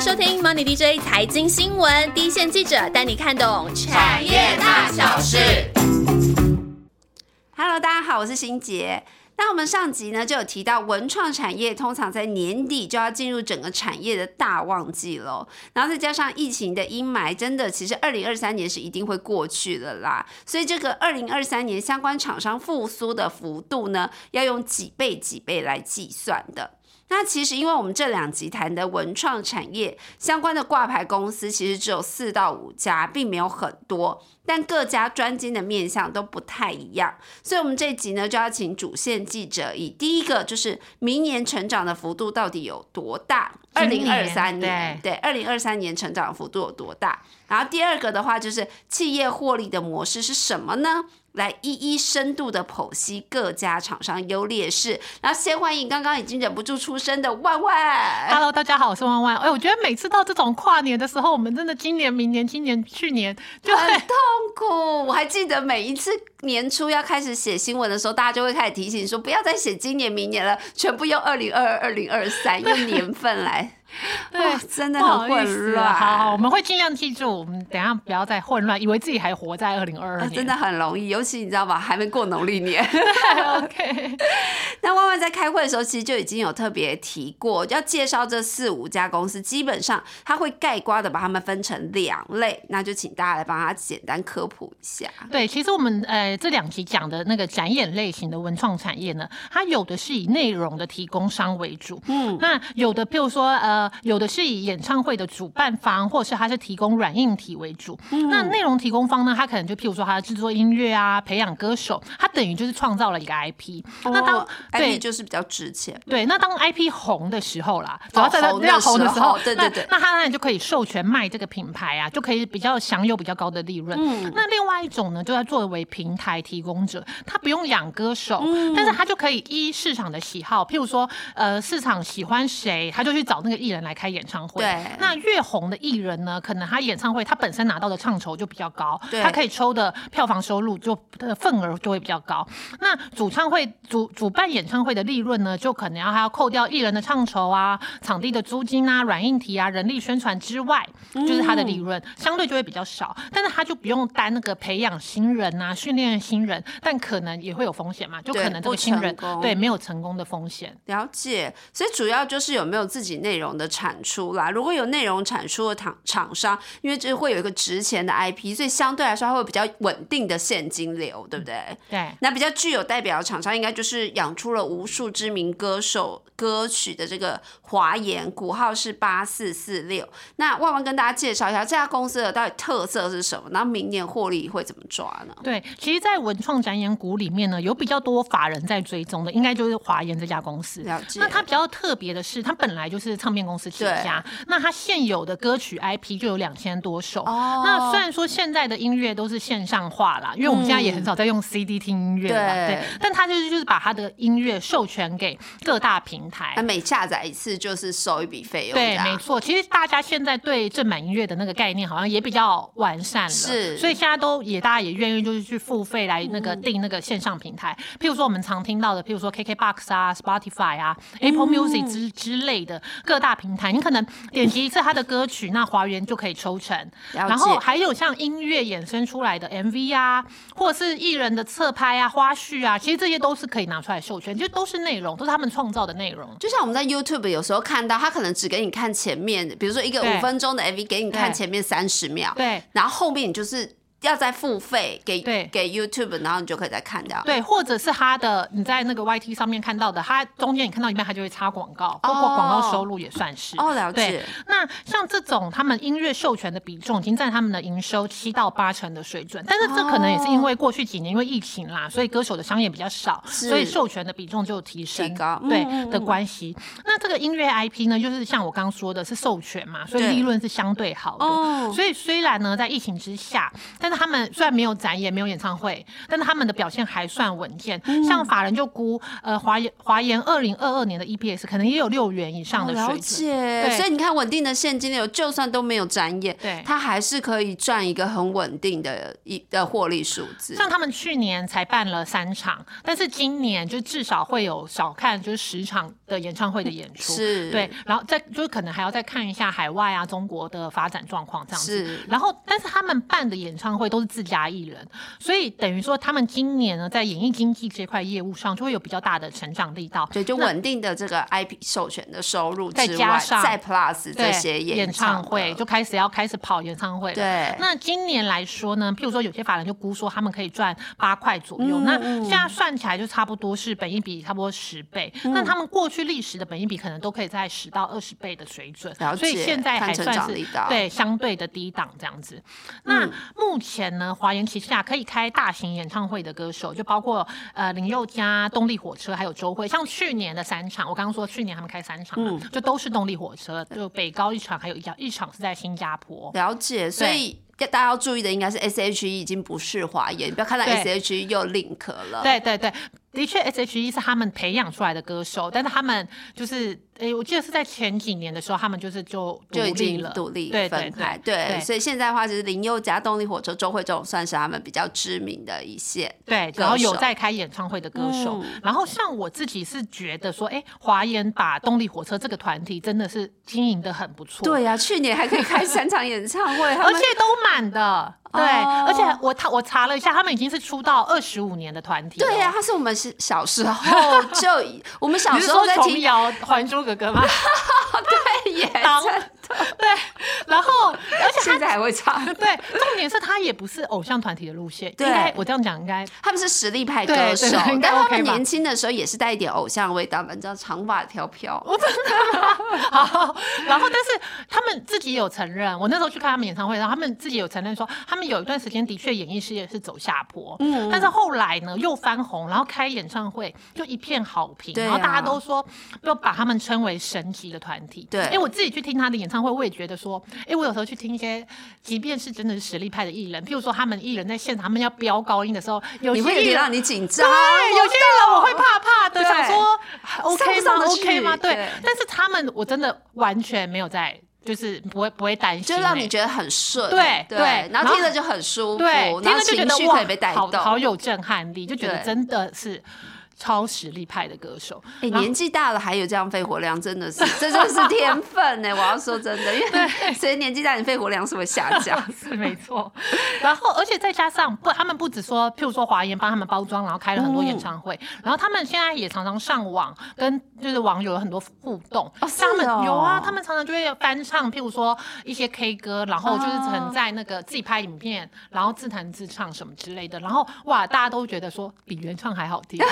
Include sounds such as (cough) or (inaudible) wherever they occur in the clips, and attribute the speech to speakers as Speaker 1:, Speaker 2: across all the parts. Speaker 1: 收听 Money DJ 财经新闻，第一线记者带你看懂产业大小事。
Speaker 2: Hello，大家好，我是欣杰。那我们上集呢就有提到，文创产业通常在年底就要进入整个产业的大旺季喽。然后再加上疫情的阴霾，真的其实二零二三年是一定会过去的啦。所以这个二零二三年相关厂商复苏的幅度呢，要用几倍几倍来计算的。那其实，因为我们这两集谈的文创产业相关的挂牌公司，其实只有四到五家，并没有很多，但各家专精的面向都不太一样。所以，我们这集呢，就要请主线记者以第一个就是明年成长的幅度到底有多大？二
Speaker 3: 今
Speaker 2: 零二三
Speaker 3: 年
Speaker 2: 年，对，二零二三年成长幅度有多大？然后第二个的话，就是企业获利的模式是什么呢？来一一深度的剖析各家厂商优劣势，然后先欢迎刚刚已经忍不住出声的万万。
Speaker 3: Hello，大家好，我是万万。哎、我觉得每次到这种跨年的时候，我们真的今年、明年、今年、去年就会 (laughs)
Speaker 2: 很痛苦，我还记得每一次年初要开始写新闻的时候，大家就会开始提醒说，不要再写今年、明年了，全部用二零二二、二零二三用年份来，哇，真的
Speaker 3: 不好
Speaker 2: 很
Speaker 3: 意
Speaker 2: 混
Speaker 3: 思
Speaker 2: 乱。
Speaker 3: 啊好好，我们会尽量记住，我们等一下不要再混乱，以为自己还活在二零二二
Speaker 2: 啊，
Speaker 3: 年、
Speaker 2: 真
Speaker 3: (laughs)
Speaker 2: 的很容易，尤其你知道吧，还没过农历年。
Speaker 3: OK。
Speaker 2: 那万万在开会的时候，其实就已经有特别提过，要介绍这四五家公司，基本上他会概括的把它们分成两类，那就请大家来帮他简单科普一下。
Speaker 3: 对，其实我们呃这两集讲的那个展演类型的文创产业呢，它有的是以内容的提供商为主，
Speaker 2: 嗯，
Speaker 3: 那有的，譬如说，呃，有的是以演唱会的主办方，或者是它是提供软硬体为主。
Speaker 2: 嗯
Speaker 3: 那内容提供方呢，它可能就譬如说，它制作音乐啊，培养歌手，它等于就是创造了一个 IP。那当、
Speaker 2: 哦 IP
Speaker 3: 对。
Speaker 2: 就是比较值钱，
Speaker 3: 对，那当 IP 红的时候啦，主要在它
Speaker 2: 哦红的
Speaker 3: 要红的
Speaker 2: 时
Speaker 3: 时
Speaker 2: 候
Speaker 3: 候，
Speaker 2: 对
Speaker 3: 那
Speaker 2: 对对
Speaker 3: 那它当然就可以授权卖这个品牌啊，就可以比较享有比较高的利润。
Speaker 2: 嗯
Speaker 3: 那另外一种呢，就要作为平台提供者，他不用养歌手，
Speaker 2: 嗯
Speaker 3: 但是他就可以依市场的喜好，譬如说，呃，市场喜欢谁，他就去找那个艺人来开演唱会。
Speaker 2: 对
Speaker 3: 那越红的艺人呢，可能他演唱会他本身拿到的唱酬就比较高
Speaker 2: 对，
Speaker 3: 他可以抽的票房收入就的份额就会比较高。那主唱会主主办演唱会的利润呢，就可能要还要扣掉艺人的唱酬啊、场地的租金啊、软硬体啊、人力宣传之外，就是他
Speaker 2: 嗯
Speaker 3: 的利润、相对就会比较少。但是他就不用担那个培养新人啊、训练新人，但可能也会有风险嘛，就
Speaker 2: 对
Speaker 3: 可能这
Speaker 2: 不
Speaker 3: 个新人
Speaker 2: 成功
Speaker 3: 对没有成功的风险。
Speaker 2: 了解，所以主要就是有没有自己内容的产出啦。如果有内容产出的厂厂商，因为这会有一个值钱的 IP，所以相对来说它会有比较稳定的现金流，对不对？
Speaker 3: 对。
Speaker 2: 那比较具有代表的厂商，应该就是养出了无数知名歌手歌曲的这个华研，股号是八四四六。那万万跟大家介绍一下这家公司的到底特色是什么，然后明年获利会怎么抓呢？
Speaker 3: 对，其实，在文创展演股里面呢，有比较多法人在追踪的，应该就是华研这家公司。
Speaker 2: 了解，
Speaker 3: 那它比较特别的是，它本来就是唱片公司起
Speaker 2: 对
Speaker 3: 家，那它现有的歌曲 IP 就有两千多首。
Speaker 2: 哦
Speaker 3: 那虽然说现在的音乐都是线上化啦，因为我们现在也很少在用 CD 听音乐了嘛，
Speaker 2: 嗯对
Speaker 3: 对。但它就是就是把它的音乐授权给各大平台
Speaker 2: 那。每下载一次就是收一笔费用，
Speaker 3: 对，没。错。其实大家现在对正版音乐的那个概念好像也比较完善了，
Speaker 2: 是
Speaker 3: 所以现在都也大家也愿意就是去付费来那个订那个线上平台，譬如说我们常听到的，譬如说 KKBox 啊、Spotify 啊、Apple
Speaker 2: 嗯
Speaker 3: Music 之之类的各大平台，你可能点击一次它的歌曲，那华研就可以抽成。
Speaker 2: 了解
Speaker 3: 然后还有像音乐衍生出来的 MV 啊，或者是艺人的侧拍啊、花絮啊，其实这些都是可以拿出来授权，就都是内容，都是他们创造的内容。
Speaker 2: 就像我们在 YouTube 有时候看到，他可能只给你看前面，比如说一个
Speaker 3: 对
Speaker 2: 五分钟的 MV，给你看
Speaker 3: 对
Speaker 2: 前面三十秒，
Speaker 3: 对，
Speaker 2: 然后后面你就是要再付费给
Speaker 3: 对
Speaker 2: 给 YouTube，然后你就可以再看到。
Speaker 3: 对，或者是他的你在那个 YT 上面看到的，他中间你看到一半，他就会插广告，包括广告收入也算是。
Speaker 2: 哦，了
Speaker 3: 对
Speaker 2: 解。
Speaker 3: 那像这种他们音乐授权的比重已经在他们的营收七到八成的水准，但是这可能也是因为过去几年因为疫情啦，所以歌手的商业比较少，
Speaker 2: 哦是
Speaker 3: 所以授权的比重就有提升，
Speaker 2: 提高
Speaker 3: 对
Speaker 2: 嗯嗯
Speaker 3: 的关系。那这个音乐 IP 呢，就是像我刚刚说的是授权嘛，所以
Speaker 2: 对
Speaker 3: 利润是相对好的。
Speaker 2: 哦
Speaker 3: 所以虽然呢在疫情之下，但是他们虽然没有展演，没有演唱会，但是他们的表现还算稳健。
Speaker 2: 嗯
Speaker 3: 像法人就估，呃，华研华研二零二二年的 EPS 可能也有六元以上的水
Speaker 2: 哦了
Speaker 3: 准。
Speaker 2: 解，
Speaker 3: 对
Speaker 2: 所以你看，稳定的现金流，就算都没有展演，
Speaker 3: 对
Speaker 2: 它还是可以赚一个很稳定的一的获利数字。
Speaker 3: 像他们去年才办了三场，但是今年就至少会有少看就是十场的演唱会的演出。
Speaker 2: 是，
Speaker 3: 对，，然后再就是可能还要再看一下海外啊、中国的发展状况这样子。
Speaker 2: 是
Speaker 3: 然后，但是他们办的演唱会都是自家艺人，所以等于说他们今年呢，在演艺经济这块业务上就会有比较大的成长力道。
Speaker 2: 对，就稳定的这个 IP 授权的收入之
Speaker 3: 再
Speaker 2: 外，
Speaker 3: 加上
Speaker 2: 再 Plus 这
Speaker 3: 对
Speaker 2: 些
Speaker 3: 演
Speaker 2: 唱
Speaker 3: 唱会嗯
Speaker 2: 的
Speaker 3: 就开始要开始跑演唱会了。
Speaker 2: 对
Speaker 3: 那今年来说呢，譬如说有些法人就估说他们可以赚八块左右，
Speaker 2: 嗯
Speaker 3: 那
Speaker 2: 嗯
Speaker 3: 现在算起来就差不多是本一比差不多十倍。
Speaker 2: 嗯
Speaker 3: 那他们过去历史的本一比可能都可以在十到二十倍的水准
Speaker 2: 了，
Speaker 3: 所以
Speaker 2: 解
Speaker 3: 现在
Speaker 2: 看
Speaker 3: 还
Speaker 2: 成
Speaker 3: 算
Speaker 2: 长
Speaker 3: 是
Speaker 2: 力道嗯
Speaker 3: 对相对的低档这样子。那目前呢，华研旗下可以开大型演唱会的歌手，就包括呃林宥嘉、动力火车还有周慧，像去年的三场，我刚刚说去年他们开三场嘛，
Speaker 2: 嗯
Speaker 3: 就都是动力火车，就北高一场，还有一场一场是在新加坡。
Speaker 2: 了解，所以。要大家要注意的应该是 SHE 已经不是华研，不要看到
Speaker 3: 对
Speaker 2: SHE 又 link 了。
Speaker 3: 对对对，的确，S.H.E 是他们培养出来的歌手，但是他们就是，诶，我记得是在前几年的时候，他们就是就独
Speaker 2: 就已
Speaker 3: 立
Speaker 2: 经
Speaker 3: 了，
Speaker 2: 独立
Speaker 3: 对
Speaker 2: 分
Speaker 3: 对
Speaker 2: 开，
Speaker 3: 对
Speaker 2: 对，所以现在的话，就是林宥嘉、动力火车、周慧这种算是他们比较知名的一些。
Speaker 3: 对，
Speaker 2: 歌
Speaker 3: 然后有
Speaker 2: 手
Speaker 3: 在开演唱会的歌手，
Speaker 2: 嗯
Speaker 3: 然后像我自己是觉得说，诶，华研把动力火车这个团体真的是经营的很不错，
Speaker 2: 对呀、去年还可以开三场演唱会，他
Speaker 3: 而
Speaker 2: 们
Speaker 3: 且都满的，对，
Speaker 2: 哦
Speaker 3: 而且我他我查了一下，他们已经是出道二十五年的团体了，
Speaker 2: 对呀、他是我们是小时候就我们小
Speaker 3: 你是
Speaker 2: 时候
Speaker 3: 说
Speaker 2: 在
Speaker 3: 琼
Speaker 2: 听
Speaker 3: 瑶《还珠格格》吗？ (laughs)
Speaker 2: (laughs) 对耶，
Speaker 3: 当
Speaker 2: 真的
Speaker 3: 对，然后而且
Speaker 2: 现在还会唱，
Speaker 3: 对，重点是他也不是偶像团体的路线，
Speaker 2: 对
Speaker 3: 应该我这样讲
Speaker 2: (laughs)
Speaker 3: 应该
Speaker 2: 他们是实力派
Speaker 3: 对
Speaker 2: 歌
Speaker 3: 对
Speaker 2: 手，
Speaker 3: 应该
Speaker 2: 但他
Speaker 3: OK
Speaker 2: 们
Speaker 3: 吧
Speaker 2: 年轻的时候也是带一点偶像味道嘛，你知道长发飘飘，
Speaker 3: 好。然后，但是他们自己有承认，我那时候去看他们演唱会，然后他们自己有承认说，他们有一段时间的确演艺事业是走下坡，嗯，但是后来呢又翻红，然后开演唱会就一片好评，
Speaker 2: 对啊
Speaker 3: 然后大家都说就把他们称为神级的团体。
Speaker 2: 对
Speaker 3: 因为我自己去听他的演唱会，我也觉得说，哎，我有时候去听一些，即便是真的是实力派的艺人，譬如说他们艺人在现场他们要飙高音的时候，有
Speaker 2: 你
Speaker 3: 些
Speaker 2: 会有
Speaker 3: 艺
Speaker 2: 点
Speaker 3: 人
Speaker 2: 让你紧张。
Speaker 3: 对，有些人我会怕怕的，
Speaker 2: 对
Speaker 3: 想说
Speaker 2: 上不
Speaker 3: OK
Speaker 2: 上
Speaker 3: 吗
Speaker 2: 得去
Speaker 3: ？OK 吗？
Speaker 2: 对
Speaker 3: 对，但是他们我真的完全没有在，就是不会不会担心欸，
Speaker 2: 就让你觉得很顺，
Speaker 3: 对
Speaker 2: 对
Speaker 3: 对
Speaker 2: 然后听
Speaker 3: 然后
Speaker 2: 着就很舒服，
Speaker 3: 对，
Speaker 2: 然
Speaker 3: 听
Speaker 2: 后
Speaker 3: 了就觉
Speaker 2: 情绪
Speaker 3: 得
Speaker 2: 可
Speaker 3: 哇
Speaker 2: 以被带，
Speaker 3: 好
Speaker 2: 动。
Speaker 3: 好有震撼力，就觉得
Speaker 2: 对
Speaker 3: 真的是超实力派的歌手。
Speaker 2: 哎、
Speaker 3: 然后
Speaker 2: 年纪大了还有这样肺活量，真的是，
Speaker 3: (laughs)
Speaker 2: 这真的是天分呢、欸我要说真的，因为 (laughs) 随着年纪大，你肺活量是会下
Speaker 3: (laughs)
Speaker 2: 降。
Speaker 3: 是没错，
Speaker 2: (laughs)
Speaker 3: 然后而且再加上不，他们不只说，譬如说华研帮他们包装，然后开了
Speaker 2: 嗯
Speaker 3: 很多演唱会，然后他们现在也常常上网跟就是网友有很多互动，
Speaker 2: 哦是
Speaker 3: 像他们
Speaker 2: 哦
Speaker 3: 有啊，他们常常就会翻唱，譬如说一些 K 歌，然后就是
Speaker 2: 哦
Speaker 3: 可能在那个自己拍影片，然后自弹自唱什么之类的，然后哇，大家都觉得说比原唱还好听， (laughs) 对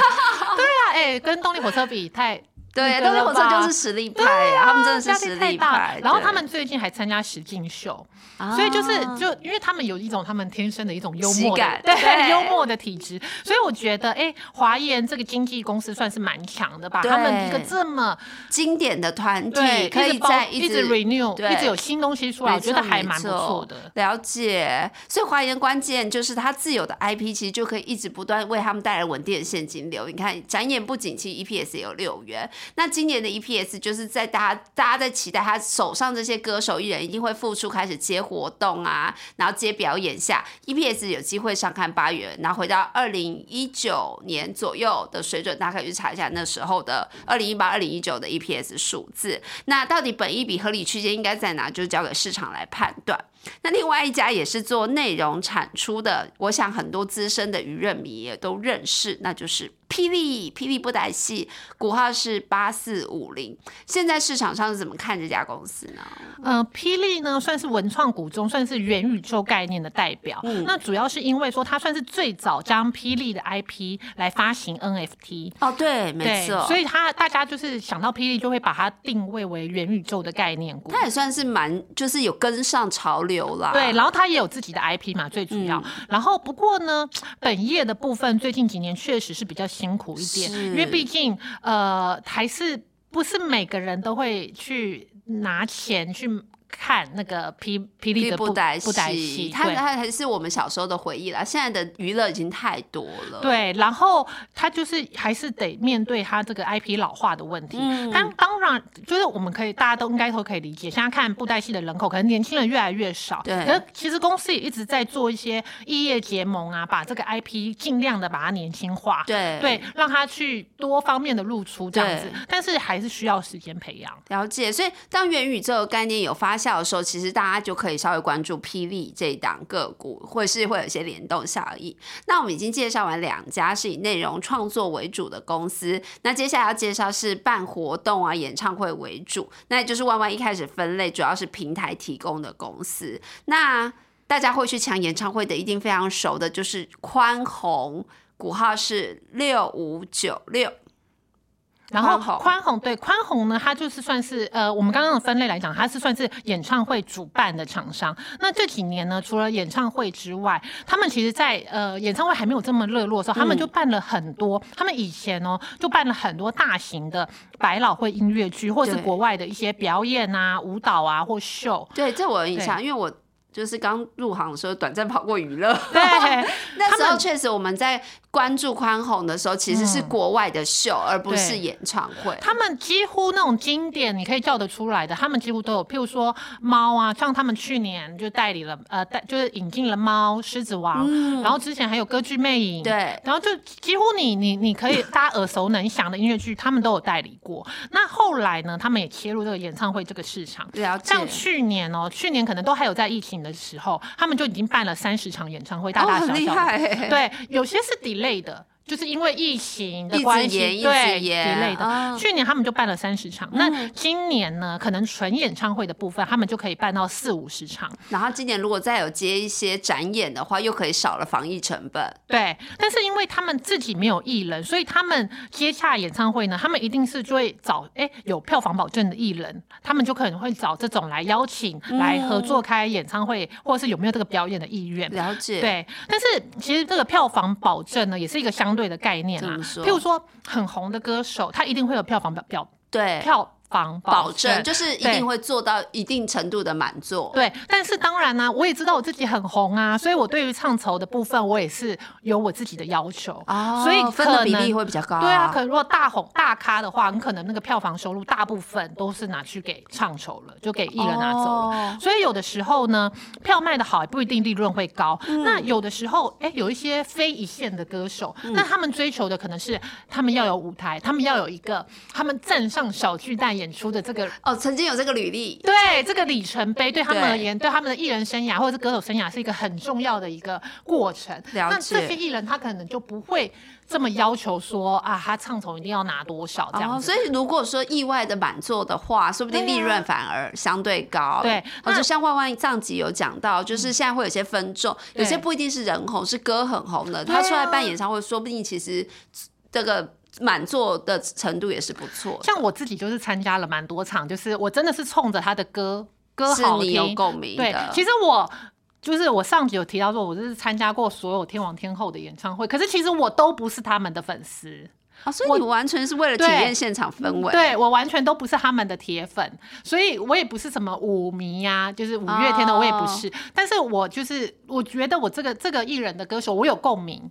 Speaker 3: 啊，哎、跟动力火车比太。
Speaker 2: 对，
Speaker 3: 那
Speaker 2: 动
Speaker 3: 个
Speaker 2: 力
Speaker 3: 了
Speaker 2: 火车就
Speaker 3: 吧
Speaker 2: 是实力派啊，他们真的
Speaker 3: 哦压
Speaker 2: 是实
Speaker 3: 力太
Speaker 2: 力
Speaker 3: 大
Speaker 2: 派。。
Speaker 3: 然后
Speaker 2: 对
Speaker 3: 他们最近还参加实境秀，
Speaker 2: 啊
Speaker 3: 所以就是就因为他们有一种他们天生的一种幽
Speaker 2: 喜
Speaker 3: 默的
Speaker 2: 感对
Speaker 3: 对幽默的体质，所以我觉得哎，华研这个经纪公司算是蛮强的吧，
Speaker 2: 对
Speaker 3: 他们一个这么
Speaker 2: 经典的团体
Speaker 3: 对
Speaker 2: 可
Speaker 3: 一
Speaker 2: 以
Speaker 3: 直包
Speaker 2: 在直
Speaker 3: 一直 renew，
Speaker 2: 对
Speaker 3: 一直有新东西出来，
Speaker 2: 没
Speaker 3: 我觉
Speaker 2: 错
Speaker 3: 得还蛮不错
Speaker 2: 没错
Speaker 3: 的。
Speaker 2: 了解，所以华研关键就是它自有的 IP，其实就可以一直不断为他们带来稳定的现金流。你看，展演不景气，EPS E 也有六元。那今年的 EPS 就是在大家大家在期待他手上这些歌手艺人一定会复出，开始接活动啊，然后接表演下，EPS 有机会上看八元，然后回到二零一九年左右的水准，大家可以去查一下那时候的二零一八、二零一九的 EPS 数字。那到底本一比合理区间应该在哪，就交给市场来判断。那另外一家也是做内容产出的，我想很多资深的娱乐迷也都认识，那就是霹雳，霹雳布袋戏，股号是八四五零。现在市场上是怎么看这家公司呢？
Speaker 3: 呃，霹雳呢算是文创股中算是元宇宙概念的代表。
Speaker 2: 嗯
Speaker 3: 那主要是因为说它算是最早将霹雳的 IP 来发行 NFT。
Speaker 2: 哦，对，
Speaker 3: 对
Speaker 2: 没错，，
Speaker 3: 所以它大家就是想到霹雳，就会把它定位为元宇宙的概念股。
Speaker 2: 它也算是蛮，就是有跟上潮流啦。
Speaker 3: 对，然后它也有自己的 IP 嘛，最主要。然后不过呢，本业的部分最近几年确实是比较辛苦一点，
Speaker 2: 是
Speaker 3: 因为毕竟呃还是不是每个人都会去拿钱去。看那个霹霹雳的
Speaker 2: 不
Speaker 3: 布
Speaker 2: 歹
Speaker 3: 布袋戏，
Speaker 2: 它
Speaker 3: 对
Speaker 2: 它还是我们小时候的回忆啦。现在的娱乐已经太多了，，
Speaker 3: 对，然后他就是还是得面对他这个 IP 老化的问题。
Speaker 2: 嗯
Speaker 3: 但当然，就是我们可以大家都应该都可以理解，现在看布袋戏的人口，可能年轻人越来越少。
Speaker 2: 对
Speaker 3: 可是其实公司也一直在做一些异业结盟啊，把这个 IP 尽量的把它年轻化。
Speaker 2: 对
Speaker 3: 对，让他去多方面的露出这样子
Speaker 2: 对，
Speaker 3: 但是还是需要时间培养。
Speaker 2: 了解，所以当元宇宙的概念有发酵的时候，其实大家就可以稍微关注霹雳这一档个股，或是会有一些联动效益。那我们已经介绍完两家是以内容创作为主的公司，那接下来要介绍是办活动啊、演唱会为主，那也就是弯弯一开始分类主要是平台提供的公司。那大家会去抢演唱会的，一定非常熟的就是宽宏，股号是六五九六。
Speaker 3: 然后
Speaker 2: 宽宏嗯
Speaker 3: 宽宏对宽宏呢，它就是算是呃，我们刚刚的分类来讲，它是算是演唱会主办的厂商。那这几年呢，除了演唱会之外，他们其实在呃演唱会还没有这么热络的时候，
Speaker 2: 嗯
Speaker 3: 他们就办了很多，他们以前哦就办了很多大型的百老汇音乐剧，或是
Speaker 2: 对
Speaker 3: 国外的一些表演啊、舞蹈啊或秀。
Speaker 2: 对，这我有印象，因为我就是刚入行的时候，短暂跑过娱乐。(laughs)
Speaker 3: 对，(laughs)
Speaker 2: 那时
Speaker 3: 他
Speaker 2: 候
Speaker 3: 们
Speaker 2: 确实我们在关注宽宏的时候，其实是国外的秀，而不是
Speaker 3: 对
Speaker 2: 演唱会。
Speaker 3: 他们几乎那种经典，你可以叫得出来的，他们几乎都有。譬如说猫啊，像他们去年就代理了，呃，带就是引进了猫、狮子王，然后之前还有歌剧魅影，
Speaker 2: 嗯对，
Speaker 3: 然后就几乎你你你可以大家耳熟能详的音乐剧，他们都有代理过。那后来呢，他们也切入这个演唱会这个市场。
Speaker 2: 了解。
Speaker 3: 像去年哦，去年可能都还有在疫情的时候，他们就已经办了三十场演唱会，大
Speaker 2: 哦，
Speaker 3: 大小
Speaker 2: 很
Speaker 3: 小
Speaker 2: 厉
Speaker 3: 的。
Speaker 2: 害欸、
Speaker 3: (laughs) 对，有些是 delay 的，就是因为疫情
Speaker 2: 一
Speaker 3: 的
Speaker 2: 直
Speaker 3: 关系，
Speaker 2: 延一
Speaker 3: 对
Speaker 2: 直延嗯
Speaker 3: delay 的。
Speaker 2: 哦
Speaker 3: 去年他们就办了三十场，那今年呢，可能纯演唱会的部分，他们就可以办到四五十场。
Speaker 2: 然后今年如果再有接一些展演的话，又可以少了防疫成本。
Speaker 3: 对，但是因为他们自己没有艺人，所以他们接洽演唱会呢，他们一定是就会找哎有票房保证的艺人，他们就可能会找这种来邀请来
Speaker 2: 嗯
Speaker 3: 合作开演唱会，或者是有没有这个表演的意愿。
Speaker 2: 了解。，
Speaker 3: 对，但是其实这个票房保证呢，也是一个相对的概念
Speaker 2: 怎
Speaker 3: 啊
Speaker 2: 么。说
Speaker 3: 譬如说很红的歌手，他一定会有票房表表
Speaker 2: 对，
Speaker 3: 票房
Speaker 2: 保
Speaker 3: 保
Speaker 2: 证
Speaker 3: 证。
Speaker 2: 就是一
Speaker 3: 对
Speaker 2: 定会做到一定程度的满座。
Speaker 3: 对，但是当然呢、我也知道我自己很红啊，所以我对于唱酬的部分，我也是有我自己的要求。
Speaker 2: 哦，
Speaker 3: 所以
Speaker 2: 分
Speaker 3: 可
Speaker 2: 的比例
Speaker 3: 能
Speaker 2: 会比较高。
Speaker 3: 对啊，可如果大红大咖的话，你可能那个票房收入大部分都是拿去给唱酬了，就给艺人拿走了。
Speaker 2: 哦
Speaker 3: 所以有的时候呢，票卖的好也不一定利润会高。
Speaker 2: 嗯
Speaker 3: 那有的时候，哎、有一些非一线的歌手，
Speaker 2: 嗯
Speaker 3: 那他们追求的可能是他们要有舞台，他们要有一个他们站上小巨蛋演出的这个。
Speaker 2: 哦，曾经有这个履历。
Speaker 3: 对这个里程碑，对他们
Speaker 2: 对
Speaker 3: 而言，对他们的艺人生涯或者是歌手生涯是一个很重要的一个过程。
Speaker 2: 了
Speaker 3: 那
Speaker 2: 解
Speaker 3: 这些艺人他可能就不会这么要求说啊，他唱酬一定要拿多少这样子。
Speaker 2: 哦，所以如果说意外的满座的话，说不定
Speaker 3: 对
Speaker 2: 利
Speaker 3: 啊
Speaker 2: 润反而相对高。
Speaker 3: 对
Speaker 2: 哦，
Speaker 3: 那
Speaker 2: 就像万万上集有讲到，就是现在会有些分众，有
Speaker 3: 对
Speaker 2: 些不一定是人红，是歌很红的，
Speaker 3: 对啊
Speaker 2: 他出来办演唱会，说不定其实这个满座的程度也是不错的。
Speaker 3: 像我自己就是参加了蛮多场，就是我真的是冲着他的歌歌
Speaker 2: 是
Speaker 3: 好
Speaker 2: 你有
Speaker 3: 听，
Speaker 2: 共鸣
Speaker 3: 对
Speaker 2: 的，，
Speaker 3: 其实我。就是我上集有提到说，我就是参加过所有天王天后的演唱会，可是其实我都不是他们的粉丝，
Speaker 2: 哦，所以你完全是为了体验
Speaker 3: 对
Speaker 2: 现场氛围。
Speaker 3: 对我完全都不是他们的铁粉，所以我也不是什么舞迷呀、就是五月天的我也不
Speaker 2: 哦
Speaker 3: 是，但是我就是我觉得我这个这个艺人的歌手我有共鸣，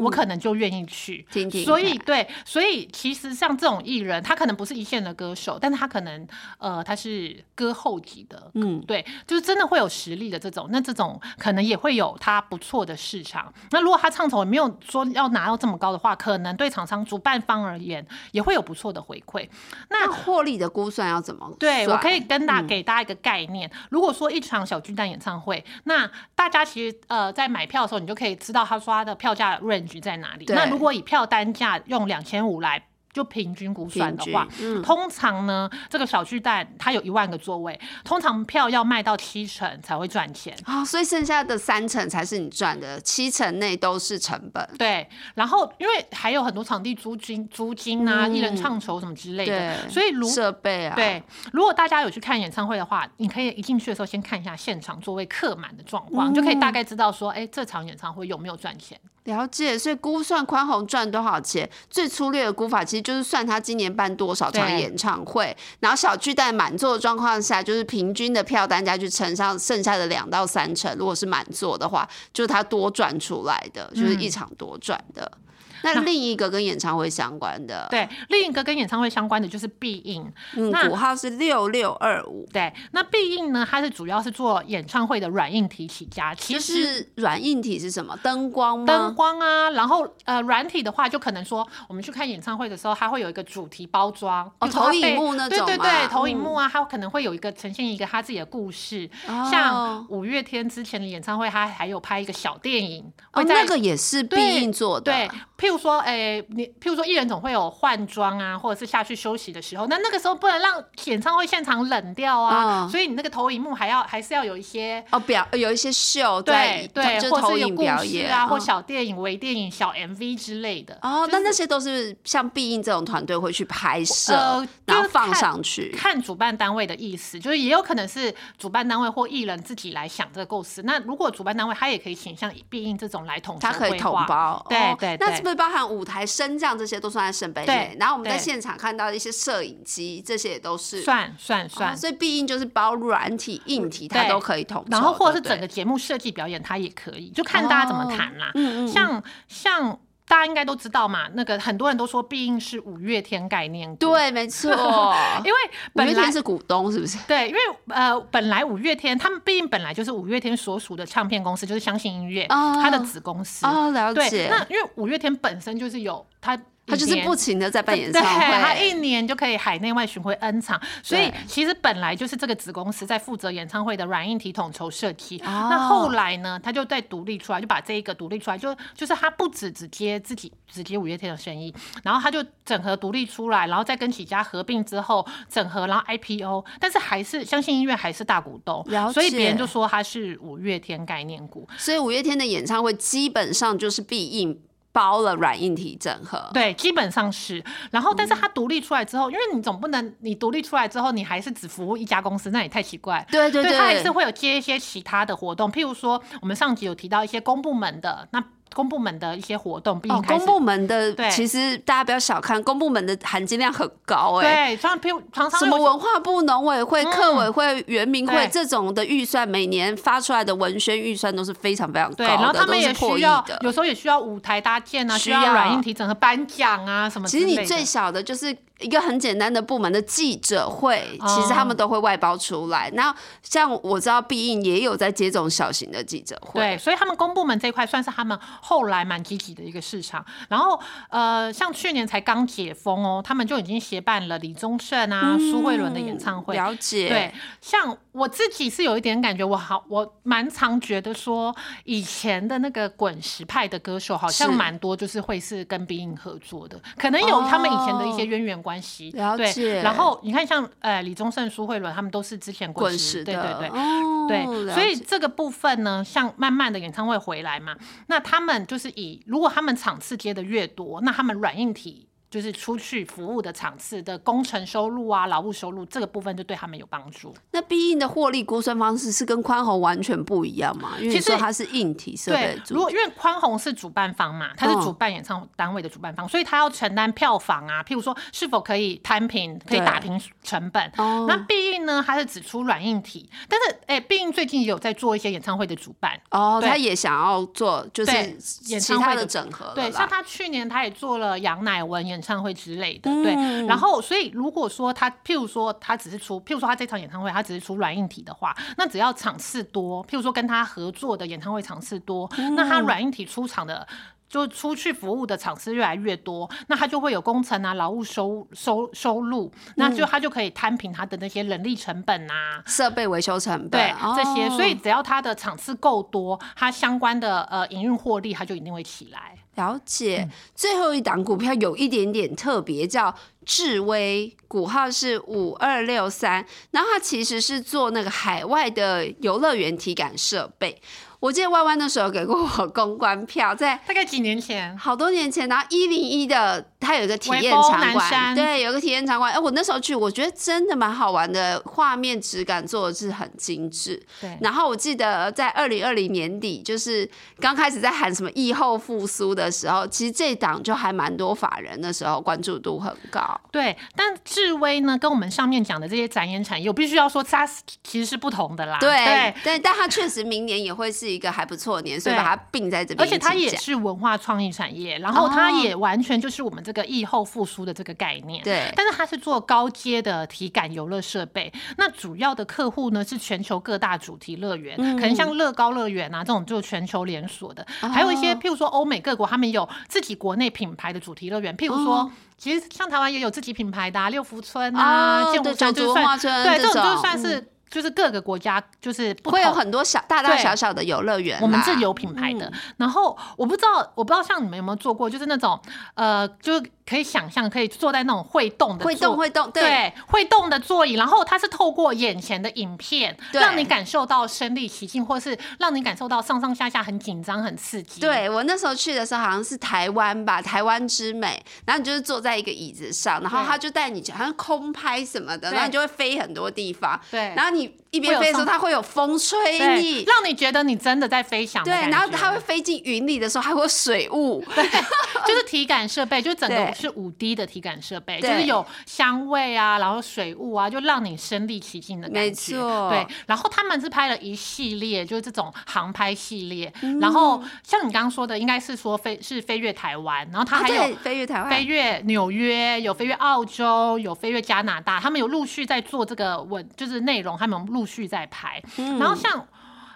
Speaker 3: 我可能就愿意去
Speaker 2: 嗯听听
Speaker 3: 所以
Speaker 2: 看
Speaker 3: 对，所以其实像这种艺人，他可能不是一线的歌手，但是他可能呃他是歌后级的，
Speaker 2: 嗯
Speaker 3: 嗯，对，就是真的会有实力的这种，那这种可能也会有他不错的市场。那如果他唱酬也没有说要拿到这么高的话，可能对厂商主办方而言也会有不错的回馈。
Speaker 2: 那
Speaker 3: 那
Speaker 2: 获利的估算要怎么算？嗯
Speaker 3: 对，我可以跟大给大家一个概念。如果说一场小巨蛋演唱会，那大家其实呃在买票的时候，你就可以知道他说他的票价 range 在哪里。
Speaker 2: 对
Speaker 3: 那如果以票单价用两千五来就平均估算
Speaker 2: 平
Speaker 3: 的
Speaker 2: 均
Speaker 3: 话，，
Speaker 2: 嗯，
Speaker 3: 通常呢这个小巨蛋它有一万个座位，通常票要卖到七成才会赚钱。
Speaker 2: 啊、所以剩下的三成才是你赚的，七成内都是成本。
Speaker 3: 对，然后因为还有很多场地租金、租金啊、
Speaker 2: 嗯
Speaker 3: 艺人唱酬什么之类的，
Speaker 2: 对
Speaker 3: 所以如
Speaker 2: 设备啊，
Speaker 3: 对，如果大家有去看演唱会的话，你可以一进去的时
Speaker 2: 嗯
Speaker 3: 候先看一下现场座位客满的状况，就可以大概知道说，哎、这场演唱会有没有赚钱。
Speaker 2: 了解，所以估算宽宏赚多少钱，最粗略的估法其实就是算他今年办多少场
Speaker 3: 对
Speaker 2: 演唱会，然后小巨蛋满座的状况下，就是平均的票单价去乘上剩下的两到三成，如果是满座的话，就是他多赚出来的，
Speaker 3: 嗯
Speaker 2: 就是一场多赚的。那另一个跟演唱会相关的，，
Speaker 3: 对，另一个跟演唱会相关的就是必应，
Speaker 2: 嗯，
Speaker 3: 那
Speaker 2: 股号是六六二五，
Speaker 3: 对，那必应呢，它是主要是做演唱会的软硬体起家，其
Speaker 2: 就
Speaker 3: 实。
Speaker 2: 是软硬体是什么？灯光吗？
Speaker 3: 灯光啊，然后呃，软体的话，就可能说我们去看演唱会的时候，它会有一个主题包装，
Speaker 2: 哦
Speaker 3: 比如说它
Speaker 2: 投影
Speaker 3: 被
Speaker 2: 幕那种
Speaker 3: 对对
Speaker 2: 嘛嗯
Speaker 3: 对，投影幕啊，它可能会有一个呈现一个它自己的故事，
Speaker 2: 哦
Speaker 3: 像五月天之前的演唱会，它还有拍一个小电影，
Speaker 2: 哦，
Speaker 3: 会在
Speaker 2: 那个也是必
Speaker 3: 对
Speaker 2: 应做的，啊
Speaker 3: 对，譬如说，诶、你譬如说艺人总会有换装啊，或者是下去休息的时候，那那个时候不能让演唱会现场冷掉啊，
Speaker 2: 嗯
Speaker 3: 所以你那个投影幕还要还是要有一些。
Speaker 2: 哦，表有一些秀在
Speaker 3: 对对，
Speaker 2: 就是
Speaker 3: 或
Speaker 2: 投
Speaker 3: 是有
Speaker 2: 影
Speaker 3: 故
Speaker 2: 表
Speaker 3: 事
Speaker 2: 演
Speaker 3: 啊，或
Speaker 2: 嗯
Speaker 3: 小电影、微电影、小 MV 之类的。
Speaker 2: 哦，
Speaker 3: 就
Speaker 2: 那
Speaker 3: 是
Speaker 2: 那些都是像必应这种团队会去拍摄，
Speaker 3: 呃
Speaker 2: 然后
Speaker 3: 就是
Speaker 2: 放
Speaker 3: 看
Speaker 2: 上去。
Speaker 3: 看主办单位的意思，就是也有可能是主办单位或艺人自己来想这个构思。那如果主办单位他也可以倾向必应这种来统筹
Speaker 2: 它可以
Speaker 3: 规
Speaker 2: 统
Speaker 3: 划
Speaker 2: 包，
Speaker 3: 对
Speaker 2: 哦
Speaker 3: 对
Speaker 2: 那
Speaker 3: 对
Speaker 2: 是不是包含舞台升降这些都算在圣杯内
Speaker 3: 对？
Speaker 2: 然后我们在
Speaker 3: 对
Speaker 2: 现场看到一些摄影机，这些也都是
Speaker 3: 算算
Speaker 2: 哦
Speaker 3: 算、
Speaker 2: 所以必应就是包软体、硬体，它
Speaker 3: 对
Speaker 2: 都可以统筹。
Speaker 3: 然后或者是
Speaker 2: 对不
Speaker 3: 整个
Speaker 2: 对
Speaker 3: 节目设计表演，它也可以，就看大家怎么谈啦。
Speaker 2: 嗯嗯嗯
Speaker 3: 像像大家应该都知道嘛，那个很多人都说必应是五月天概念股，，
Speaker 2: 对，
Speaker 3: (laughs)
Speaker 2: 没错，五
Speaker 3: 因为
Speaker 2: 月
Speaker 3: 本来
Speaker 2: 天是股东，是不是？
Speaker 3: 对，因为呃，本来五月天他们毕竟本来就是五月天所属的唱片公司，就是相信音乐、
Speaker 2: 哦
Speaker 3: 它的子公司。
Speaker 2: 哦，了
Speaker 3: 对，
Speaker 2: 解，
Speaker 3: 那因为五月天本身就是有它一年，
Speaker 2: 他就是不停的在办演
Speaker 3: 对，
Speaker 2: 唱会，
Speaker 3: 他一年就可以海内外巡回 N 场，所以
Speaker 2: 对
Speaker 3: 其实本来就是这个子公司在负责演唱会的软硬体统筹设计。
Speaker 2: 哦
Speaker 3: 那后来呢，他就再独立出来，就把这一个独立出来，就就是他不止只接自己只接五月天的生意，然后他就整合独立出来，然后再跟几家合并之后整合，然后 IPO，但是还是相信音乐还是大股东
Speaker 2: 了，
Speaker 3: 所以别人
Speaker 2: 解
Speaker 3: 就说他是五月天概念股。
Speaker 2: 所以五月天的演唱会基本上就是必应包了软硬体整合。
Speaker 3: 对，基本上是。然后，
Speaker 2: 嗯
Speaker 3: 但是它独立出来之后，因为你总不能你独立出来之后，你还是只服务一家公司，那也太奇怪。
Speaker 2: 对对
Speaker 3: 它还是会有接一些其他的活动，譬如说我们上集有提到一些公部门的，那公部门的一些活动，毕竟
Speaker 2: 哦，
Speaker 3: 开
Speaker 2: 公
Speaker 3: 始
Speaker 2: 部门的
Speaker 3: 对
Speaker 2: 其实大家不要小看，公部门的含金量很高哎、
Speaker 3: 对，像譬如常常
Speaker 2: 什么
Speaker 3: 有
Speaker 2: 文化部、农委会、
Speaker 3: 嗯
Speaker 2: 客委会、原民会
Speaker 3: 对
Speaker 2: 这种的预算，每年发出来的文宣预算都是非常非常高
Speaker 3: 对，
Speaker 2: 的，
Speaker 3: 然后他们也
Speaker 2: 都是破
Speaker 3: 需
Speaker 2: 亿
Speaker 3: 要
Speaker 2: 的，
Speaker 3: 有时候也需要舞台搭建啊，需
Speaker 2: 需要
Speaker 3: 要软硬体整合颁奖啊什么之
Speaker 2: 其
Speaker 3: 类
Speaker 2: 实
Speaker 3: 的。
Speaker 2: 你最小的就是一个很简单的部门的记者会，
Speaker 3: 哦
Speaker 2: 其实他们都会外包出来。那像我知道必应也有在接这种小型的记者会，
Speaker 3: 对，所以他们公部门这一块算是他们后来蛮积极的一个市场。然后呃，像去年才刚解封哦，他们就已经协办了李宗盛啊、
Speaker 2: 嗯
Speaker 3: 苏慧伦的演唱会。啊
Speaker 2: 了解，
Speaker 3: 对，像我自己是有一点感觉，我好，我蛮常觉得说，以前的那个滚石派的歌手好像
Speaker 2: 是
Speaker 3: 蛮多，就是会是跟 b e i n 合作的，可能有他们以前的一些
Speaker 2: 哦
Speaker 3: 渊源关系。
Speaker 2: 了解
Speaker 3: 对，然后你看像呃李宗盛、苏慧伦，他们都是之前滚
Speaker 2: 滚
Speaker 3: 石，
Speaker 2: 石
Speaker 3: 对
Speaker 2: 的，
Speaker 3: 对对，
Speaker 2: 哦
Speaker 3: 对，
Speaker 2: 了
Speaker 3: 所以
Speaker 2: 解
Speaker 3: 这个部分呢，像慢慢的演唱会回来嘛，那他们就是以如果他们场次接的越多，那他们软硬体。就是出去服务的场次的工程收入啊、劳务收入这个部分，就对他们有帮助。
Speaker 2: 那必应的获利估算方式是跟宽宏完全不一样嘛？因为你
Speaker 3: 其实
Speaker 2: 说它是硬体设备
Speaker 3: 对，
Speaker 2: 组
Speaker 3: 如果因为宽宏是主办方嘛，他是
Speaker 2: 嗯
Speaker 3: 主办演唱单位的主办方，所以他要承担票房啊，譬如说是否可以摊平，可以
Speaker 2: 对
Speaker 3: 打平成本。
Speaker 2: 哦
Speaker 3: 那必应呢，它是只出软硬体，但是哎，必应最近也有在做一些演唱会的主办，
Speaker 2: 哦，
Speaker 3: 对
Speaker 2: 他也想要做就是
Speaker 3: 对
Speaker 2: 其
Speaker 3: 演
Speaker 2: 其
Speaker 3: 唱
Speaker 2: 他
Speaker 3: 会
Speaker 2: 的
Speaker 3: 的
Speaker 2: 整合了
Speaker 3: 对，
Speaker 2: 啦
Speaker 3: 像他去年他也做了杨乃文演唱会之类的，
Speaker 2: 嗯
Speaker 3: 对。然后，所以如果说他，譬如说他只是出，譬如说他这场演唱会他只是出软硬体的话，那只要场次多，譬如说跟他合作的演唱会场次多，那
Speaker 2: 嗯
Speaker 3: 他软硬体出场的。就出去服务的场次越来越多，那他就会有工程啊、劳务收收收入，那
Speaker 2: 嗯
Speaker 3: 就他就可以摊平他的那些人力成本啊，
Speaker 2: 设备维修成本
Speaker 3: 对这些，所以
Speaker 2: 哦
Speaker 3: 只要他的场次够多，他相关的呃营运获利，他就一定会起来。
Speaker 2: 了解。最后一档股票有一点点特别，叫智威，股号是五二六三，然后它其实是做那个海外的游乐园体感设备。我记得弯弯那时候给过我公关票，在
Speaker 3: 大概几年前，
Speaker 2: 好多年前，然后一零一的它有一个体验
Speaker 3: 微
Speaker 2: 场
Speaker 3: 风南
Speaker 2: 馆，
Speaker 3: 山
Speaker 2: 对，有一个体验场馆。哎、我那时候去，我觉得真的蛮好玩的，画面质感做的是很精致。
Speaker 3: 对，
Speaker 2: 然后我记得在二零二零年底，就是刚开始在喊什么疫后复苏的时候，其实这档就还蛮多法人那时候关注度很高。
Speaker 3: 对，但智威呢，跟我们上面讲的这些展演产业，我必须要说，它其实是不同的啦。
Speaker 2: 对对，但它确实明年也会是一个还不错的年，所以
Speaker 3: 对
Speaker 2: 把它并在这边
Speaker 3: 而
Speaker 2: 一起
Speaker 3: 且
Speaker 2: 讲。
Speaker 3: 它也是文化创意产业，然后它
Speaker 2: 哦
Speaker 3: 也完全就是我们这个疫后复苏的这个概念。
Speaker 2: 对
Speaker 3: 但是它是做高阶的体感游乐设备，那主要的客户呢是全球各大主题乐园，可能
Speaker 2: 嗯
Speaker 3: 像乐高乐园啊这种就全球连锁的，
Speaker 2: 哦
Speaker 3: 还有一些譬如说欧美各国他们有自己国内品牌的主题乐园，譬如说。
Speaker 2: 哦
Speaker 3: 其实像台湾也有自己品牌的、啊、六福村啊、
Speaker 2: 哦
Speaker 3: 建湖
Speaker 2: 对
Speaker 3: 山，
Speaker 2: 九
Speaker 3: 就
Speaker 2: 族文化
Speaker 3: 算
Speaker 2: 村
Speaker 3: 对
Speaker 2: 这
Speaker 3: 这种就
Speaker 2: 种嗯
Speaker 3: 算是就是各个国家就是不
Speaker 2: 会有
Speaker 3: 同
Speaker 2: 很多小大大
Speaker 3: 对
Speaker 2: 小小的游乐园啦，嗯
Speaker 3: 我们自有品牌的。然后我不知道，我不知道像你们有没有做过，就是那种呃，就是可以想象可以坐在那种会动的座，
Speaker 2: 会动会动，对
Speaker 3: 对会动的座椅，然后它是透过眼前的影片，
Speaker 2: 对
Speaker 3: 让你感受到身临其境，或是让你感受到上上下下很紧张、很刺激。。
Speaker 2: 对我那时候去的时候好像是台湾吧，台湾之美，然后你就是坐在一个椅子上，然后
Speaker 3: 对
Speaker 2: 他就带你去，好像空拍什么的，
Speaker 3: 对
Speaker 2: 然后你就会飞很多地方，
Speaker 3: 对
Speaker 2: 然后你一
Speaker 3: 会
Speaker 2: 边
Speaker 3: 有
Speaker 2: 飞的时候，
Speaker 3: 上
Speaker 2: 它会有风吹
Speaker 3: 对
Speaker 2: 你，。
Speaker 3: 让你觉得你真的在飞翔的
Speaker 2: 对，
Speaker 3: 感觉。
Speaker 2: 然后它会飞进云里的时候，还会有水雾， (laughs)
Speaker 3: 就是体感设备，就是整个
Speaker 2: 对
Speaker 3: 是五 D 的体感设备，就
Speaker 2: 对
Speaker 3: 是有香味啊，然后水雾啊，就让你身临其境的感觉。
Speaker 2: 没错
Speaker 3: 对。然后他们是拍了一系列，就是这种航拍系列。
Speaker 2: 嗯
Speaker 3: 然后像你刚刚说的，应该是说飞是飞越台湾，然后它
Speaker 2: 啊
Speaker 3: 还有
Speaker 2: 对，飞越台湾，
Speaker 3: 飞越纽约，有飞越澳洲，有飞越加拿大，他们有陆续在做这个文，就是内容，他们陆续在拍。
Speaker 2: 嗯
Speaker 3: 然后像。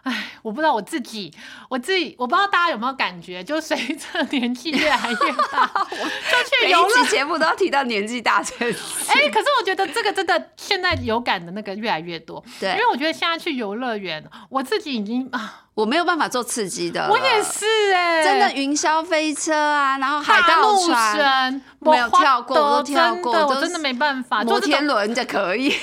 Speaker 3: 唉，我不知道我自己，我自己我不知道大家有没有感觉，就随着年纪越来越
Speaker 2: (laughs)
Speaker 3: 大，就去
Speaker 2: 每
Speaker 3: 游乐
Speaker 2: 一集节目都要提到年纪大这件
Speaker 3: (laughs)
Speaker 2: 事
Speaker 3: 哎、可是我觉得这个真的现在有感的那个越来越多，
Speaker 2: 对
Speaker 3: 因为我觉得现在去游乐园，我自己已经啊，
Speaker 2: 我没有办法做刺激的了，
Speaker 3: 我也是哎、
Speaker 2: 真的云霄飞车啊，然后海
Speaker 3: 大
Speaker 2: 盗
Speaker 3: 陆啊
Speaker 2: 船、
Speaker 3: 神
Speaker 2: 没有
Speaker 3: 花
Speaker 2: 跳过我都
Speaker 3: 斗
Speaker 2: 跳
Speaker 3: 真
Speaker 2: 过
Speaker 3: 的
Speaker 2: 我
Speaker 3: 我
Speaker 2: 都
Speaker 3: 真的
Speaker 2: 是
Speaker 3: 没办法，就
Speaker 2: 摩
Speaker 3: 这种
Speaker 2: 天轮就可以，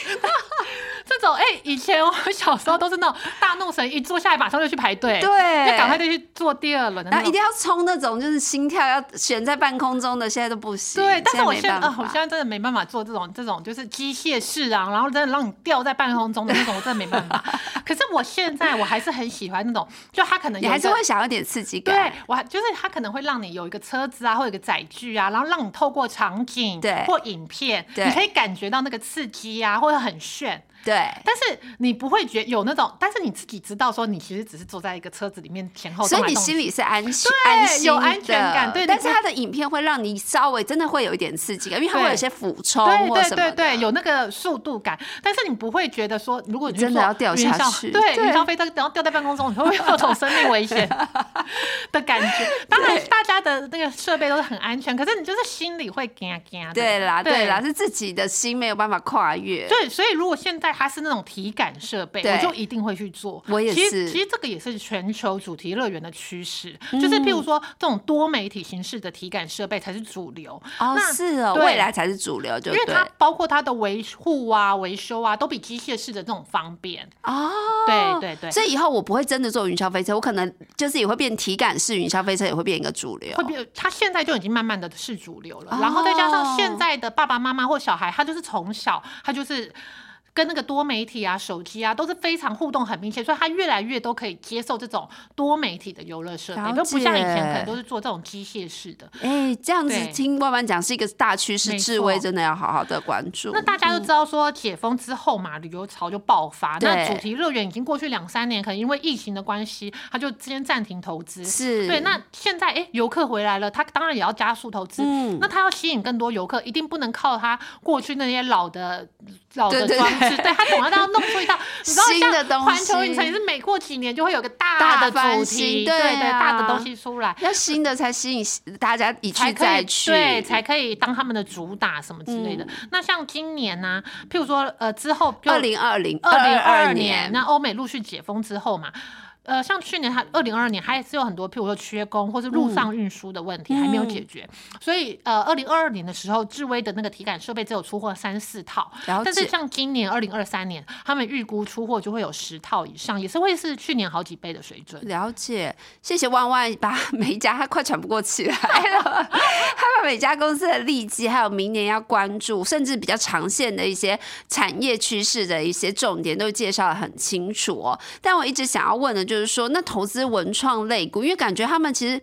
Speaker 3: 这种哎、以前我小时候都是那种大怒神一坐下来马上就去排队，
Speaker 2: 对
Speaker 3: 要赶快就去做第二轮
Speaker 2: 然
Speaker 3: 的那
Speaker 2: 后一
Speaker 3: 种。
Speaker 2: 定要冲那种就是心跳要悬在半空中的，现在都不行。
Speaker 3: 对，但是我
Speaker 2: 现
Speaker 3: 现
Speaker 2: 在没
Speaker 3: 在
Speaker 2: 办
Speaker 3: 啊，我
Speaker 2: 法
Speaker 3: 现。在真的没办法做这种这种就是机械式啊，然后真的让你吊在半空中的那种，我真的没办法。可是我现在我还是很喜欢那种，就它可能
Speaker 2: 你
Speaker 3: 有一
Speaker 2: 还是
Speaker 3: 个
Speaker 2: 会想要点刺激
Speaker 3: 对
Speaker 2: 感，
Speaker 3: 我还就是它可能会让你有一个车子啊，或有一个载具啊，然后让你透过场景
Speaker 2: 对
Speaker 3: 或影片，
Speaker 2: 对
Speaker 3: 你可以感觉到那个刺激啊，或者很炫。
Speaker 2: 对，
Speaker 3: 但是你不会觉有那种，但是你自己知道说你其实只是坐在一个车子里面前后
Speaker 2: 所
Speaker 3: 动
Speaker 2: 以
Speaker 3: 来动去，
Speaker 2: 你心里是安心
Speaker 3: 对
Speaker 2: 安心的
Speaker 3: 有安全感对你
Speaker 2: 但是
Speaker 3: 不
Speaker 2: 它的影片会让你稍微真的会有一点刺激感，因为它
Speaker 3: 对
Speaker 2: 会有一些俯冲
Speaker 3: 对
Speaker 2: 或
Speaker 3: 对
Speaker 2: 什么
Speaker 3: 对
Speaker 2: 的。啊
Speaker 3: 对，有那个速度感，但是你不会觉得说，如果你去
Speaker 2: 真的
Speaker 3: 坐
Speaker 2: 要掉
Speaker 3: 云
Speaker 2: 下
Speaker 3: 霄
Speaker 2: 去
Speaker 3: 对，
Speaker 2: 对
Speaker 3: 云霄飞车然后掉在半空中，你会不会有种生命危
Speaker 2: (laughs)
Speaker 3: 险的感觉？当然，大家的那个设备都是很安全，可是你就是心里会惊惊的。
Speaker 2: 对啦对
Speaker 3: 对
Speaker 2: 啦，是自己的心没有办法跨越。
Speaker 3: 对，所以如果现在它是那种体感设备，
Speaker 2: 对
Speaker 3: 我就一定会去做。
Speaker 2: 我也
Speaker 3: 其
Speaker 2: 是嗯
Speaker 3: 实其实这个也是全球主题乐园的趋势，就是譬如说这种多媒体形式的体感设备才是主流，
Speaker 2: 哦，
Speaker 3: 那
Speaker 2: 是哦，
Speaker 3: 对
Speaker 2: 未来才是主流，就
Speaker 3: 因为
Speaker 2: 对
Speaker 3: 它包括它的维护啊、维修啊，都比机械式的这种方便。
Speaker 2: 哦。
Speaker 3: 对对对。
Speaker 2: 所以以后我不会真的坐云霄飞车，我可能就是也会变体感式云霄飞车，也会变一个主流
Speaker 3: 会。变，它现在就已经慢慢的是主流了，
Speaker 2: 哦
Speaker 3: 然后再加上现在的爸爸妈妈或小孩，他就是从小他就是跟那个多媒体啊、手机啊都是非常互动很密切，所以他越来越都可以接受这种多媒体的游乐设
Speaker 2: 了
Speaker 3: 备，
Speaker 2: 解
Speaker 3: 都不像以前可能都是做这种机械式的。
Speaker 2: 哎、这样子
Speaker 3: 对
Speaker 2: 听万万讲是一个大趋势，
Speaker 3: 没错
Speaker 2: 智威真的要好好的关注。
Speaker 3: 那大家都知道说解封之后嘛，旅游潮就爆发。那
Speaker 2: 对
Speaker 3: 主题乐园已经过去两三年，可能因为疫情的关系，它就之间暂停投资。
Speaker 2: 是
Speaker 3: 对，那现在哎，游客回来了，他当然也要加速投资。
Speaker 2: 嗯
Speaker 3: 那他要吸引更多游客，一定不能靠他过去那些老的老的
Speaker 2: 对对
Speaker 3: 装置，
Speaker 2: (laughs) 对
Speaker 3: 对他总要让他弄出一套你知道
Speaker 2: 新的
Speaker 3: 像
Speaker 2: 东
Speaker 3: 环球
Speaker 2: 西
Speaker 3: 影城也是每过几年就会有个
Speaker 2: 大
Speaker 3: 大
Speaker 2: 的
Speaker 3: 的
Speaker 2: 翻
Speaker 3: 主
Speaker 2: 新
Speaker 3: 题，
Speaker 2: 对
Speaker 3: 对大
Speaker 2: 啊
Speaker 3: 的东西出来。
Speaker 2: 要新的才吸引大家一
Speaker 3: 才
Speaker 2: 去
Speaker 3: 可
Speaker 2: 再
Speaker 3: 以
Speaker 2: 去，嗯
Speaker 3: 对，才可以当他们的主打什么之类的。那像今年呢、譬如说呃之后就
Speaker 2: 二零二零
Speaker 3: 二零二
Speaker 2: 二
Speaker 3: 年，那欧美陆续解封之后嘛。呃，像去年还二零二二年还是有很多，譬如说缺工或是路上运输的问
Speaker 2: 嗯
Speaker 3: 题、还没有解决，所以呃，二零二二年的时候，智威的那个体感设备只有出货三四套，
Speaker 2: 了
Speaker 3: 但是
Speaker 2: 解
Speaker 3: 像今年二零二三年，他们预估出货就会有十套以上，也是会是去年好几倍的水准。
Speaker 2: 了解，谢谢万万把每家他快喘不过气来
Speaker 3: (laughs)
Speaker 2: 了，他把每家公司的利基，还有明年要关注，甚至比较长线的一些产业趋势的一些重点都介绍的很清楚哦。但我一直想要问的就是说，那投资文创类股，因为感觉他们其实。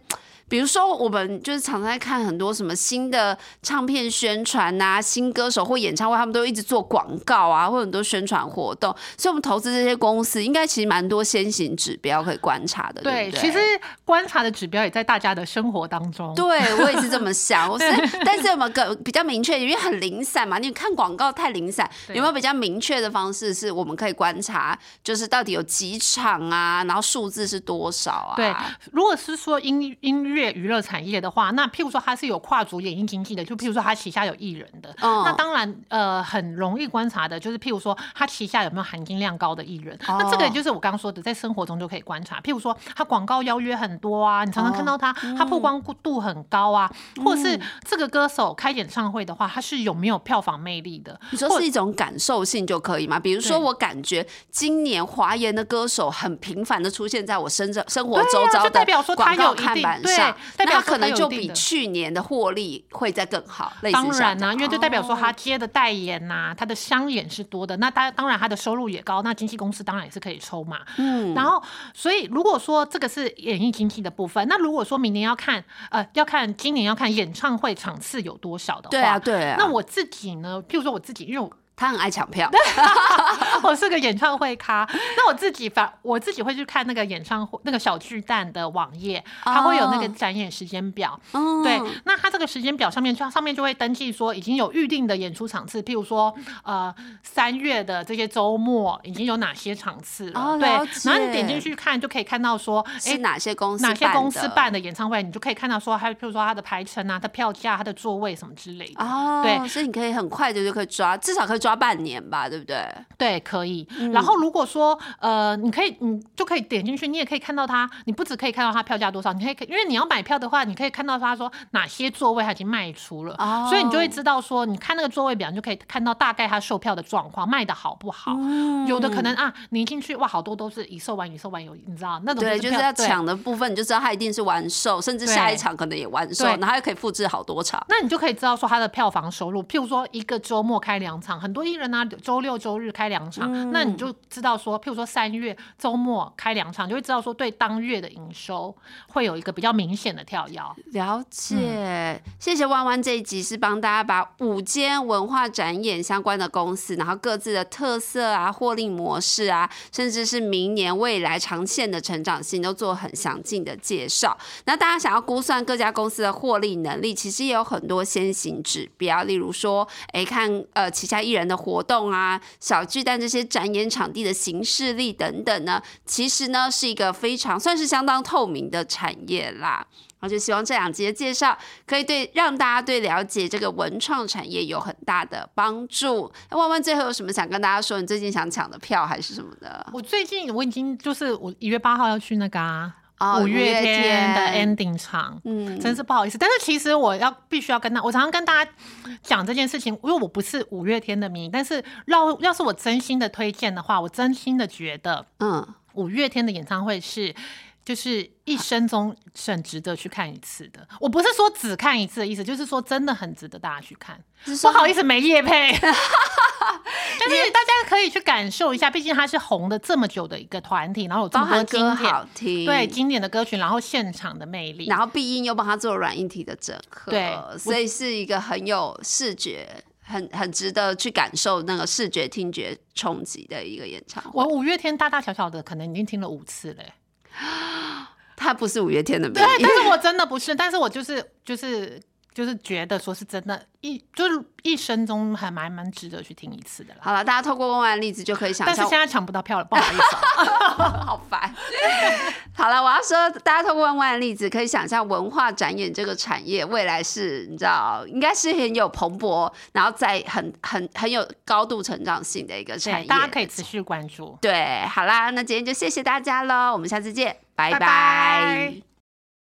Speaker 2: 比如说，我们就是常常在看很多什么新的唱片宣传呐、新歌手或演唱会，他们都一直做广告啊，或很多宣传活动。所以，我们投资这些公司，应该其实蛮多先行指标可以观察的。对
Speaker 3: 对，
Speaker 2: 不对，
Speaker 3: 其实观察的指标也在大家的生活当中。
Speaker 2: 对我也是这么
Speaker 3: (laughs)
Speaker 2: 想。我是，但是有没有个比较明确？因为很零散嘛，你看广告太零散，
Speaker 3: 对
Speaker 2: 有没有比较明确的方式是我们可以观察，就是到底有几场啊，然后数字是多少啊？
Speaker 3: 对，如果是说音音乐娱乐产业的话，那譬如说它是有跨足演艺经济的，就譬如说它旗下有艺人的，
Speaker 2: 嗯
Speaker 3: 那当然呃很容易观察的就是譬如说它旗下有没有含金量高的艺人，那这个
Speaker 2: 哦
Speaker 3: 就是我刚刚说的，在生活中就可以观察，譬如说它广告邀约很多啊，你常常看到它，
Speaker 2: 嗯
Speaker 3: 它曝光度很高啊，或者是这个歌手开演唱会的话，它是有没有票房魅力的，
Speaker 2: 你说
Speaker 3: 或
Speaker 2: 是一种感受性就可以吗？比如说，
Speaker 3: 对
Speaker 2: 我感觉今年华研的歌手很频繁的出现在我生着生活
Speaker 3: 对
Speaker 2: 周
Speaker 3: 啊
Speaker 2: 遭
Speaker 3: 就
Speaker 2: 的
Speaker 3: 代表说他
Speaker 2: 广告
Speaker 3: 有一定
Speaker 2: 看板
Speaker 3: 对
Speaker 2: 上，
Speaker 3: 代表
Speaker 2: 那他
Speaker 3: 说
Speaker 2: 可
Speaker 3: 他
Speaker 2: 能
Speaker 3: 有
Speaker 2: 就
Speaker 3: 一定
Speaker 2: 比
Speaker 3: 的
Speaker 2: 去年的获利会再更好。类似
Speaker 3: 当
Speaker 2: 像
Speaker 3: 然
Speaker 2: 这
Speaker 3: 啦、
Speaker 2: 样
Speaker 3: 因为就代表说他
Speaker 2: 哦
Speaker 3: 接的代言呐、他的商演是多的，那他当然他的收入也高，那经纪公司当然也是可以抽嘛。
Speaker 2: 嗯
Speaker 3: 然后，所以如果说这个是演艺经济的部分，那如果说明年要看呃要看今年要看演唱会场次有多少的话，
Speaker 2: 对啊对啊，
Speaker 3: 那我自己呢，譬如说我自己，因为我
Speaker 2: 他很爱抢票，
Speaker 3: (laughs) 我哦是个演唱会咖，那我自己反我自己会去看那个演唱会那个小巨蛋的网页，它会有那个
Speaker 2: 哦
Speaker 3: 展演时间表。
Speaker 2: 嗯
Speaker 3: 对，那它这个时间表上面就上面就会登记说已经有预定的演出场次，譬如说呃三月的这些周末已经有哪些场次了，
Speaker 2: 哦
Speaker 3: 对
Speaker 2: 了，
Speaker 3: 然后你点
Speaker 2: 解
Speaker 3: 进去看就可以看到说，
Speaker 2: 是
Speaker 3: 哎。
Speaker 2: 哪些公司
Speaker 3: 哪些公司
Speaker 2: 的
Speaker 3: 办的演唱会，你就可以看到说，还有譬如说它的排程啊、它的票价、它的座位什么之类的。
Speaker 2: 哦，
Speaker 3: 对
Speaker 2: 所以你可以很快的就可以抓，至少可以抓半年吧，对不对？
Speaker 3: 对，可以。
Speaker 2: 嗯
Speaker 3: 然后如果说呃，你可以，你就可以点进去，你也可以看到它，你不只可以看到它票价多少，你可以，因为你要买票的话，你可以看到它说哪些座位它已经卖出了，
Speaker 2: 哦
Speaker 3: 所以你就会知道说，你看那个座位表，你就可以看到大概它售票的状况，卖的好不好。有的
Speaker 2: 嗯
Speaker 3: 可能啊，你一进去哇，好多都是已售完、已售完有，你知道那种
Speaker 2: 对，就是
Speaker 3: 票
Speaker 2: 要
Speaker 3: 对啊
Speaker 2: 抢的部分，你就知道他一定是完售，甚至
Speaker 3: 对
Speaker 2: 下一场可能也完售，
Speaker 3: 对
Speaker 2: 然后又可以复制好多场。
Speaker 3: 那你就可以知道说它的票房收入，譬如说一个周末开两场，很多艺人啊，周六周日开两场，
Speaker 2: 嗯
Speaker 3: 那你就知道说，譬如说三月周末开两场，就会知道说对当月的营收会有一个比较明显的跳跃。
Speaker 2: 了解，谢谢弯弯这一集是帮大家把五间文化展演相关的公司，然后各自的特色啊、获利模式啊，甚至是明年未来长线的成长性都做很详尽的介绍。那大家想要估算各家公司的获利能力，其实也有很多先行指标，例如说，诶，看呃旗下艺人的活动啊、小巨蛋这些展演场地的形式力等等呢，其实呢是一个非常算是相当透明的产业啦。我就希望这两集的介绍可以对让大家对了解这个文创产业有很大的帮助。那万万最后有什么想跟大家说？你最近想抢的票还是什么的？
Speaker 3: 我最近我已经就是我一月八号要去那个啊
Speaker 2: 哦
Speaker 3: 五月天的
Speaker 2: 天
Speaker 3: ending 场，
Speaker 2: 嗯
Speaker 3: 真是不好意思。但是其实我要必须要跟他，我常常跟大家讲这件事情，因为我不是五月天的迷，但是要要是我真心的推荐的话，我真心的觉得。
Speaker 2: 嗯，
Speaker 3: 五月天的演唱会是。就是一生中是很值得去看一次的，我不是说只看一次的意思，就是说真的很值得大家去看。不好意思，没
Speaker 2: (laughs)
Speaker 3: 夜配，但是大家可以去感受一下，毕竟他是红的这么久的一个团体，然后有这
Speaker 2: 包
Speaker 3: 么多
Speaker 2: 含歌
Speaker 3: 经
Speaker 2: 好
Speaker 3: 典，
Speaker 2: 听，
Speaker 3: 对经典的歌曲，然后现场的魅力
Speaker 2: 然，后必应又帮他做软硬体的整合，
Speaker 3: 对
Speaker 2: 所以是一个很有视觉。很很值得去感受那个视觉、听觉冲击的一个演唱会
Speaker 3: 我。五月天大大小小的可能已经听了五次嘞、
Speaker 2: 他不是五月天的，
Speaker 3: 对，但是我真的不是，但是我就是就是就是觉得说是真的，一就是一生中还蛮蛮值得去听一次的啦。
Speaker 2: 好了，大家透过问完例子就可以想
Speaker 3: 但是
Speaker 2: 象
Speaker 3: 现，在抢不到票了，不好意思、啊。
Speaker 2: (laughs) 好烦。好了，我要说，大家透过问完例子可以想象文化展演这个产业未来是，你知道，应该是很有蓬勃，然后在很很很有高度成长性的一个产
Speaker 3: 对，
Speaker 2: 业。
Speaker 3: 大家可以持续关注。
Speaker 2: 对，好啦，那今天就谢谢大家喽，我们下次见，拜
Speaker 3: 拜拜